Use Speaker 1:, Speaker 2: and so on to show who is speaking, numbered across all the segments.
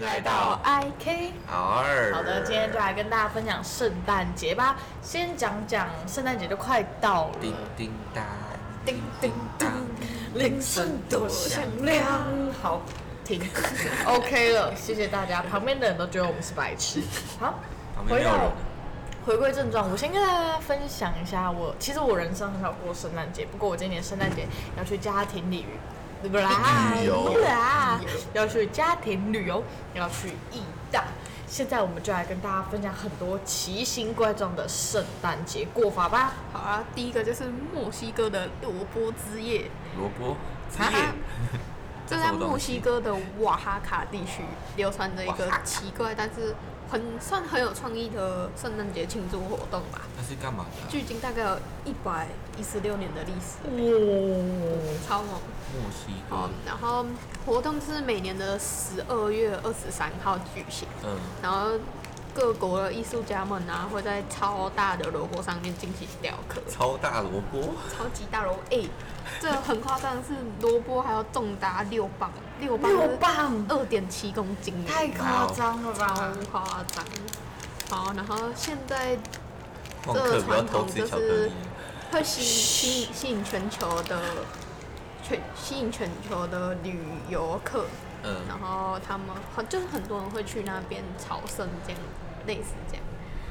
Speaker 1: 来到
Speaker 2: IK。
Speaker 1: R。
Speaker 2: 好的，今天就来跟大家分享圣诞节吧。先讲讲圣诞节就快到了，
Speaker 1: 叮叮当，
Speaker 2: 叮叮
Speaker 1: 当，
Speaker 2: 铃声多响亮。好，停，OK 了，谢谢大家。旁边的人都觉得我们是白痴。好
Speaker 1: 旁，边
Speaker 2: 回
Speaker 1: 没有
Speaker 2: 到
Speaker 1: 人
Speaker 2: 回归正传，我先跟大家分享一下我，其实我人生很少过圣诞节，不过我今年圣诞节要去家庭旅游，不啦
Speaker 1: 旅游
Speaker 2: 不啦，要去家庭旅游，要去义大。现在我们就来跟大家分享很多奇形怪状的圣诞节过法吧。
Speaker 3: 好啊，第一个就是墨西哥的萝卜之夜，
Speaker 1: 萝卜之
Speaker 3: 啊
Speaker 1: 夜，
Speaker 3: 这
Speaker 1: 是
Speaker 3: 在
Speaker 1: 什么东
Speaker 3: 墨
Speaker 1: 西
Speaker 3: 西哥的瓦哈卡地区流传着一个
Speaker 1: 瓦哈卡
Speaker 3: 奇怪但是很算很有创意的圣诞节庆祝活动吧。
Speaker 1: 那是干嘛的啊？
Speaker 3: 距今大概有一百一十六年的历史，
Speaker 2: 哦，
Speaker 3: 超猛。
Speaker 1: 墨西哥，，
Speaker 3: 哦然后活动是每年的十二月二十三号举行，
Speaker 1: 嗯，
Speaker 3: 然后各国的艺术家们啊会在超大的萝卜上面进行雕刻，
Speaker 1: 超大萝卜，
Speaker 3: 超级大萝卜，哎、这很夸张，是萝卜还要重达六磅，六磅，
Speaker 2: 六磅
Speaker 3: 二点七公斤耶，
Speaker 2: 太夸张了
Speaker 3: 超
Speaker 2: 吧！
Speaker 3: 夸张。好，然后现在
Speaker 1: 孟
Speaker 3: 这
Speaker 1: 克
Speaker 3: 个
Speaker 1: 不要
Speaker 3: 传
Speaker 1: 偷
Speaker 3: 统
Speaker 1: 吃
Speaker 3: 就
Speaker 1: 巧克
Speaker 3: 是
Speaker 1: 力。
Speaker 3: 会吸吸吸引全球的全吸引全球的旅游客，然
Speaker 1: 嗯，
Speaker 3: 后他们很就是很多人会去那边朝圣这样，类似这样，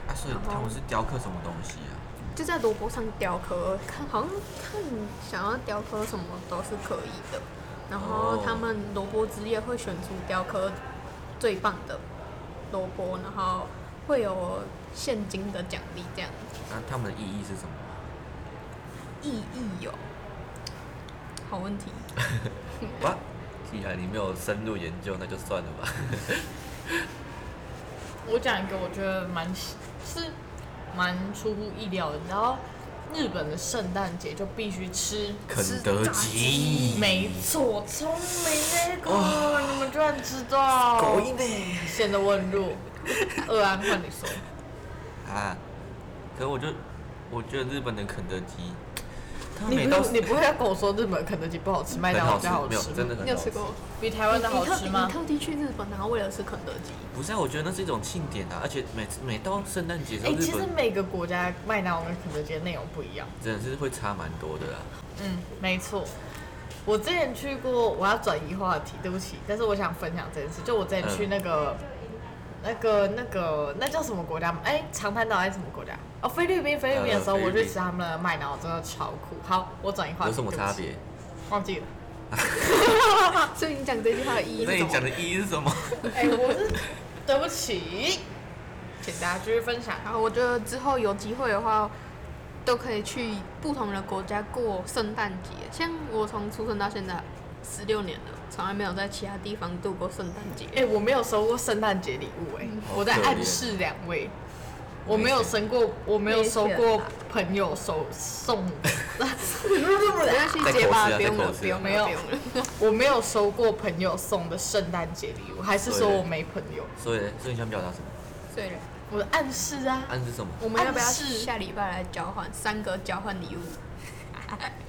Speaker 1: 啊，所以
Speaker 3: 然后
Speaker 1: 他们是雕刻什么东西啊？
Speaker 3: 就在萝卜上雕刻，看好像看想要雕刻什么都是可以的。然后
Speaker 1: 哦
Speaker 3: 他们萝卜之夜会选出雕刻最棒的萝卜，然后会有现金的奖励这样。
Speaker 1: 那啊他们的意义是什么？
Speaker 3: 意义哦，好问题。
Speaker 1: 哇，既然你没有深入研究，那就算了吧。
Speaker 2: 我讲一个我觉得蛮是蛮出乎意料的，然后日本的圣诞节就必须吃
Speaker 1: 肯
Speaker 2: 吃
Speaker 1: 德
Speaker 2: 炸
Speaker 1: 基
Speaker 2: 没错，聪明那
Speaker 1: 啊
Speaker 2: 个，你们居然知道，
Speaker 1: 呢？
Speaker 2: 显得我很弱。二安换你说，
Speaker 1: 啊，可我就我觉得日本的肯德基，他
Speaker 2: 你
Speaker 1: 每
Speaker 2: 不
Speaker 1: 到
Speaker 2: 是你不会要跟我说日本肯德基不好吃，麦
Speaker 1: 很
Speaker 2: 当劳
Speaker 1: 好
Speaker 2: 比
Speaker 1: 吃
Speaker 2: 较好，
Speaker 1: 没有
Speaker 2: 吃吗，
Speaker 1: 真的很
Speaker 3: 你有
Speaker 1: 好
Speaker 3: 吃过？
Speaker 2: 比台湾的好
Speaker 3: 你特
Speaker 2: 吃吗
Speaker 3: 你？特地去日本，然后为了吃肯德基，
Speaker 1: 不是啊，我觉得那是一种庆典啊，而且每次每到圣诞节的时
Speaker 2: 哎、
Speaker 1: 候，日
Speaker 2: 其实
Speaker 1: 本
Speaker 2: 每个国家麦当劳跟肯德基的内容不一样。
Speaker 1: 真的是会差蛮多的啦。啊
Speaker 2: 嗯，没错。我之前去过，我要转移话题，对不起，但是我想分享这件事。就我之前去
Speaker 1: 嗯
Speaker 2: 那个、那个、那个，那叫什么国家？哎、长滩岛还是什么国家？哦，菲律宾，菲律宾的时候，
Speaker 1: 呃菲
Speaker 2: 我
Speaker 1: 律宾
Speaker 2: 去吃他们的麦当劳，真的超酷。好，我转移话题，
Speaker 1: 有什么
Speaker 2: 对不起
Speaker 1: 差？别？
Speaker 2: 忘记了。
Speaker 3: 所以你讲这句话的意义
Speaker 1: 那
Speaker 3: 是
Speaker 1: 你
Speaker 3: 什
Speaker 1: 讲
Speaker 3: 么？
Speaker 1: 的意义是什么？
Speaker 2: 哎、我是对不起，请大家继续分享。
Speaker 3: 然后我觉得之后有机会的话，都可以去不同的国家过圣诞节。像我从出生到现在十六年了，从来没有在其他地方度过圣诞 节。
Speaker 2: 哎、我没有收过圣诞节礼物、哎、
Speaker 1: 好
Speaker 2: 我在
Speaker 1: 嗯可
Speaker 2: 暗
Speaker 1: 怜
Speaker 2: 示两位，我没有生过，我没有收过朋友手送，
Speaker 3: 没关系，
Speaker 1: 在
Speaker 3: 结巴
Speaker 1: 口吃啊
Speaker 3: 不
Speaker 1: 在
Speaker 3: 用
Speaker 1: 口
Speaker 3: 了，
Speaker 1: 吃啊
Speaker 3: 不用了，
Speaker 2: 没有
Speaker 3: 不用了。
Speaker 2: 我没有收过朋友送的圣诞节礼物，还是说我没朋友？
Speaker 1: 所以呢，所以你想表达什么？
Speaker 3: 对了，
Speaker 2: 我的暗示啊，
Speaker 1: 暗示什么
Speaker 3: 我们要不要
Speaker 2: 暗示
Speaker 3: 下礼拜来交换三个交换礼物？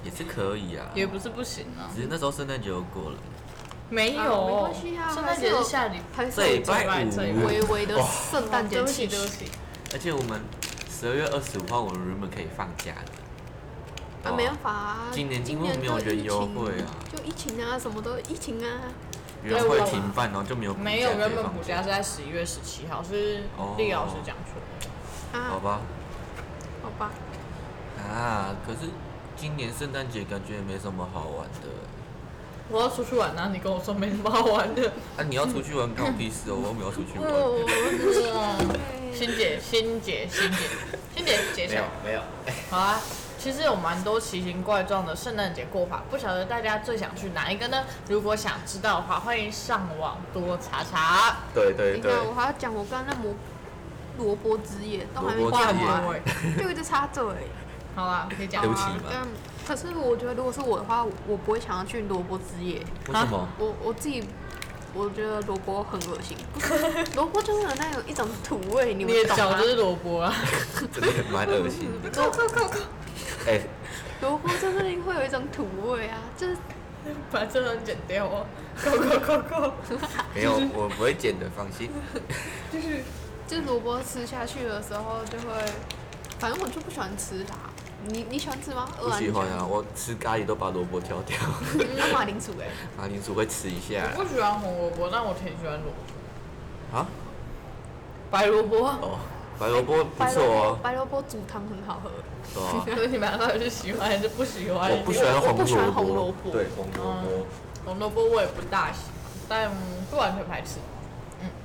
Speaker 1: 也是可以啊，
Speaker 2: 也不是不行啊，
Speaker 1: 只是那时候圣诞节又过了，
Speaker 2: 没
Speaker 3: 啊没
Speaker 2: 有
Speaker 3: 关系，啊
Speaker 2: 圣诞节是下礼
Speaker 3: 还
Speaker 1: 这礼
Speaker 3: 是
Speaker 1: 拜
Speaker 2: 拜这礼拜
Speaker 1: 五，
Speaker 3: 微微的圣诞
Speaker 2: 哦对
Speaker 3: 节
Speaker 2: 不起，
Speaker 3: 气
Speaker 2: 对
Speaker 3: 息
Speaker 2: 不。起，
Speaker 1: 而且我们十二月二十五号我们原本可以放假的，
Speaker 3: 啊，没办法啊，
Speaker 1: 今年
Speaker 3: 今
Speaker 1: 因为
Speaker 3: 年
Speaker 1: 没有
Speaker 3: 就
Speaker 1: 人
Speaker 3: 疫
Speaker 1: 优
Speaker 3: 情
Speaker 1: 惠啊
Speaker 3: 就疫情啊，什么都疫情啊，
Speaker 1: 原会停办，然后就没有
Speaker 2: 没有
Speaker 1: 补假可以
Speaker 2: 原本
Speaker 1: 放
Speaker 2: 补假是在十一月十七号，是
Speaker 1: 哦
Speaker 2: 丽老师讲错的。
Speaker 1: 好
Speaker 3: 啊，
Speaker 1: 吧？
Speaker 3: 好吧，
Speaker 1: 啊，可是今年圣诞节感觉也没什么好玩的。
Speaker 2: 我要出去玩啊，你跟我说没什么好玩的。
Speaker 1: 啊，你要出去玩搞屁事 哦！我又没有出去玩。
Speaker 2: 欣姐，欣姐，欣姐，欣姐，解释。
Speaker 1: 没有，
Speaker 2: 好啊，其实有蛮多奇形怪状的圣诞节过法，不晓得大家最想去哪一个呢？如果想知道的话，欢迎上网多查查。
Speaker 1: 对对
Speaker 3: 等一
Speaker 1: 对
Speaker 3: 下，，我还要讲我刚刚那蘑萝卜之夜都还没
Speaker 1: 萝卜之
Speaker 3: 讲
Speaker 1: 夜
Speaker 3: 完
Speaker 2: 哇，
Speaker 3: 就一直插 嘴。
Speaker 2: 好啊，可以讲
Speaker 1: 对不
Speaker 2: 吗。
Speaker 1: 起
Speaker 3: 啊
Speaker 1: 嘛
Speaker 3: 但可是我觉得，如果是我的话，我我不会想要去萝卜之夜。
Speaker 1: 为什么？
Speaker 3: 我我自己，我觉得萝卜很恶心，不是萝卜就是有那有一种土味，你
Speaker 2: 你
Speaker 3: 们
Speaker 2: 的
Speaker 3: 懂
Speaker 2: 脚
Speaker 3: 吗
Speaker 2: 就？是萝卜啊，
Speaker 1: 真的蛮恶 心的。
Speaker 3: 扣扣扣扣
Speaker 1: 哎，
Speaker 3: 萝卜就是会有一种土味啊，就是
Speaker 2: 把这段剪掉哦，Go Go Go Go，
Speaker 1: 没有，我不会剪的，放心。
Speaker 3: 就是这萝卜吃下去的时候就会，反正我就不喜欢吃它。你你喜欢吃吗？
Speaker 1: 不喜欢啊， 我吃咖喱都把萝卜挑掉，
Speaker 3: 嗯 那马铃薯哎、
Speaker 1: 马铃薯会吃一下
Speaker 2: 我不喜欢红萝卜，但我挺喜欢萝卜，
Speaker 1: 啊。
Speaker 2: 白萝卜 啊。
Speaker 1: 哦，白萝卜不
Speaker 3: 白
Speaker 1: 错
Speaker 3: 萝卜
Speaker 1: 哦，
Speaker 3: 白萝卜煮汤很好喝。
Speaker 1: 对吧？
Speaker 2: 可是你们到底是喜欢还是不喜欢？
Speaker 1: 我不喜欢
Speaker 3: 我不喜欢
Speaker 1: 红
Speaker 3: 红
Speaker 1: 萝
Speaker 3: 萝
Speaker 1: 卜，啊
Speaker 3: 卜
Speaker 1: 对红萝卜，
Speaker 2: 红萝卜我也不大喜欢，但不完全排斥。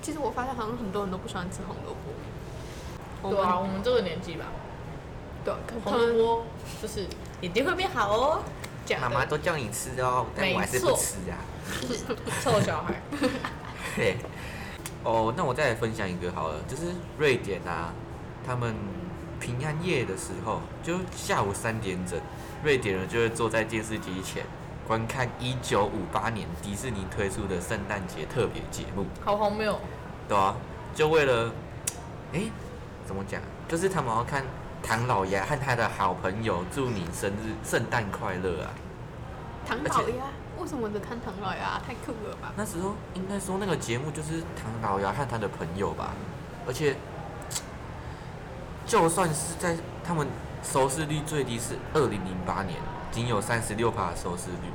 Speaker 3: 其实我发现好像很多人都不喜欢吃红萝卜。
Speaker 2: 对啊，我们这个年纪吧，
Speaker 3: 对，可是他
Speaker 2: 红
Speaker 3: 们
Speaker 2: 萝卜就是眼睛会变好哦，
Speaker 3: 假
Speaker 1: 妈
Speaker 3: 的
Speaker 1: 妈都叫你吃哦，但我还是不吃啊。
Speaker 2: 臭小孩。
Speaker 1: 对，哦，那我再来分享一个好了，就是瑞典啊，他们平安夜的时候，就下午三点整，瑞典人就会坐在电视机前观看一九五八年迪士尼推出的圣诞节特别节目，
Speaker 2: 好荒谬，
Speaker 1: 对啊，就为了，哎，怎么讲？就是他们要看唐老鸭和他的好朋友祝你生日圣诞快乐啊。
Speaker 3: 唐老鸭，为什么只看唐老鸭？太酷了吧！
Speaker 1: 那时候应该说那个节目就是唐老鸭和他的朋友吧，而且就算是在他们收视率最低是二零零八年，仅有三十六趴的收视率，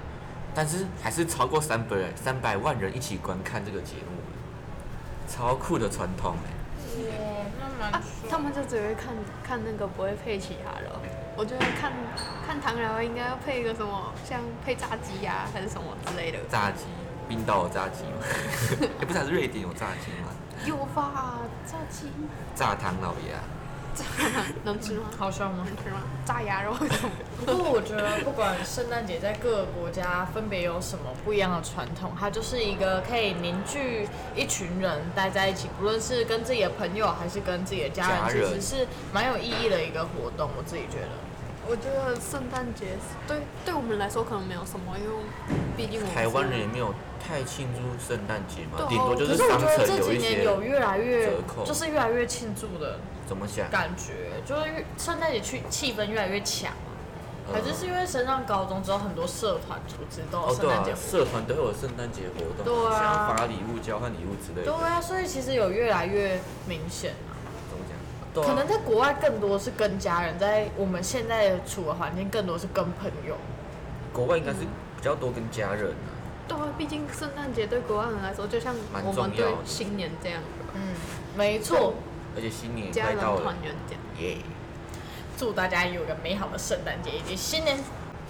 Speaker 1: 但是还是超过三百三百万人一起观看这个节目，超酷的传统哎、
Speaker 2: 哇，那
Speaker 3: 啊
Speaker 2: 蛮，
Speaker 3: 他们就只会看看那个，不会配其他的。我觉得看看唐老鸭应该要配一个什么，像配炸鸡呀、还是什么之类的。
Speaker 1: 炸鸡，冰岛有炸鸡吗？ 欸、不是，还是瑞典有炸鸡吗？
Speaker 3: 有吧？炸鸡
Speaker 1: 炸唐老鸭，
Speaker 3: 炸能吃吗？
Speaker 2: 好笑
Speaker 1: 啊
Speaker 2: 吗？
Speaker 3: 能吃吗？炸鸭肉什么？
Speaker 2: 不过我觉得，不管圣诞节在各个国家分别有什么不一样的传统，它就是一个可以凝聚一群人待在一起，不论是跟自己的朋友还是跟自己的家人，
Speaker 1: 家
Speaker 2: 其
Speaker 1: 人
Speaker 2: 实是蛮有意义的一个活动。我自己觉得，
Speaker 3: 我觉得圣诞节是对对我们来说可能没有什么，因为毕竟我们
Speaker 1: 台湾人也
Speaker 3: 是
Speaker 1: 没有太庆祝圣诞节
Speaker 3: 对
Speaker 1: 嘛，
Speaker 3: 哦
Speaker 1: 顶多就
Speaker 2: 可
Speaker 1: 是
Speaker 2: 是我
Speaker 1: 商
Speaker 2: 觉得
Speaker 1: 城
Speaker 2: 这
Speaker 1: 有
Speaker 2: 几
Speaker 1: 一
Speaker 2: 年
Speaker 1: 些
Speaker 2: 有越来越
Speaker 1: 折扣
Speaker 2: 就是越来越庆祝的
Speaker 1: 怎么想？
Speaker 2: 感觉，就是越圣诞节去气氛越来越强嘛。
Speaker 1: 嗯
Speaker 2: 还是是因为升上高中之后，很多社团组织都有
Speaker 1: 哦，
Speaker 2: 圣
Speaker 1: 对
Speaker 2: 诞
Speaker 1: 啊
Speaker 2: 节活，动
Speaker 1: 社团都有圣诞节活动，
Speaker 2: 对啊
Speaker 1: 想要发礼物、交换礼物之类的，
Speaker 2: 对啊，所以其实有越来越明显啊。
Speaker 1: 怎么讲？对啊
Speaker 2: 可能在国外更多是跟家人，在我们现在的处的环境更多是跟朋友。
Speaker 1: 国外应该是
Speaker 2: 嗯
Speaker 1: 比较多跟家人啊，
Speaker 3: 对啊，毕竟圣诞节对国外人来说，就像
Speaker 1: 蛮
Speaker 3: 我
Speaker 1: 重
Speaker 3: 们
Speaker 1: 要
Speaker 3: 对
Speaker 1: 的
Speaker 3: 新年这样的吧，
Speaker 2: 嗯，没错。
Speaker 1: 而且新年也
Speaker 3: 家
Speaker 1: 快
Speaker 3: 人
Speaker 1: 到了
Speaker 3: 团，圆这样。
Speaker 1: 耶！
Speaker 2: 祝大家有个美好的圣诞节以及新年。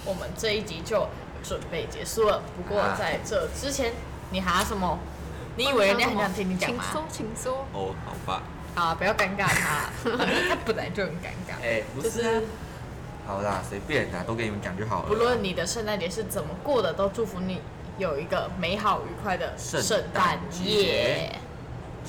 Speaker 2: 我们这一集就准备结束了。不过
Speaker 1: 啊
Speaker 2: 在这之前，你还有什么？你以为
Speaker 3: 哦
Speaker 2: 人家很想听你讲
Speaker 3: 请
Speaker 2: 吗？
Speaker 3: 说，请说。
Speaker 1: 哦，好吧，
Speaker 2: 啊，不要尴尬 他， 他本来就很尴尬。
Speaker 1: 哎，不
Speaker 2: 就是
Speaker 1: 啊，好啦，随便啦，都给你们讲就好了啦。
Speaker 2: 不论你的圣诞节是怎么过的，都祝福你有一个美好愉快的
Speaker 1: 圣
Speaker 2: 圣
Speaker 1: 诞
Speaker 2: 诞
Speaker 1: 节
Speaker 2: 夜，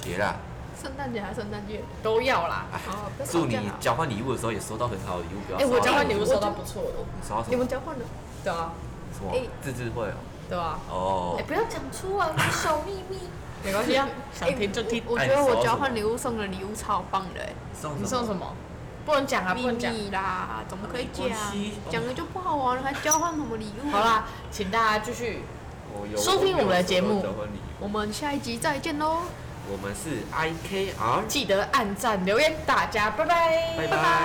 Speaker 1: 节啦，
Speaker 3: 圣诞节还是圣诞夜？
Speaker 2: 都要啦。
Speaker 1: 哎
Speaker 3: 哦不要，
Speaker 1: 祝
Speaker 3: 吵
Speaker 1: 你
Speaker 3: 架啦
Speaker 1: 交换礼物的时候也收到很好的礼物，不要
Speaker 2: 哎、
Speaker 1: 收到。
Speaker 2: 我交换礼物
Speaker 3: 我
Speaker 2: 收
Speaker 3: 觉
Speaker 2: 到
Speaker 3: 得
Speaker 2: 不错的，
Speaker 1: 你收到什
Speaker 3: 你
Speaker 1: 么
Speaker 3: 们？交换了？
Speaker 2: 对啊，
Speaker 1: 什么
Speaker 3: 哎？
Speaker 1: 自治会哦。
Speaker 2: 对啊。
Speaker 1: 哦
Speaker 2: 哎、，不要讲出来，我的小秘密。没关系啊，想听就听
Speaker 3: 哎。我我
Speaker 1: 哎
Speaker 3: 觉
Speaker 1: 你
Speaker 3: 得
Speaker 1: 收到
Speaker 3: 我
Speaker 1: 什
Speaker 3: 交
Speaker 1: 么
Speaker 3: 换礼物送的礼物超棒的、哎
Speaker 1: 送
Speaker 2: 你送什？么？不能讲啊，不
Speaker 3: 秘
Speaker 2: 能讲。
Speaker 3: 密啦，怎么可以讲
Speaker 1: 没关系？
Speaker 3: 讲了就不好玩了，还交换什么礼物？
Speaker 2: 好，啦，请大家继续。
Speaker 1: 我哦有
Speaker 2: 收听我们的节目
Speaker 1: 交换礼物
Speaker 3: 我们下一集再见喽。
Speaker 1: 我们是 I K R。
Speaker 2: 记得按赞、留言，大家拜拜，
Speaker 1: 拜拜。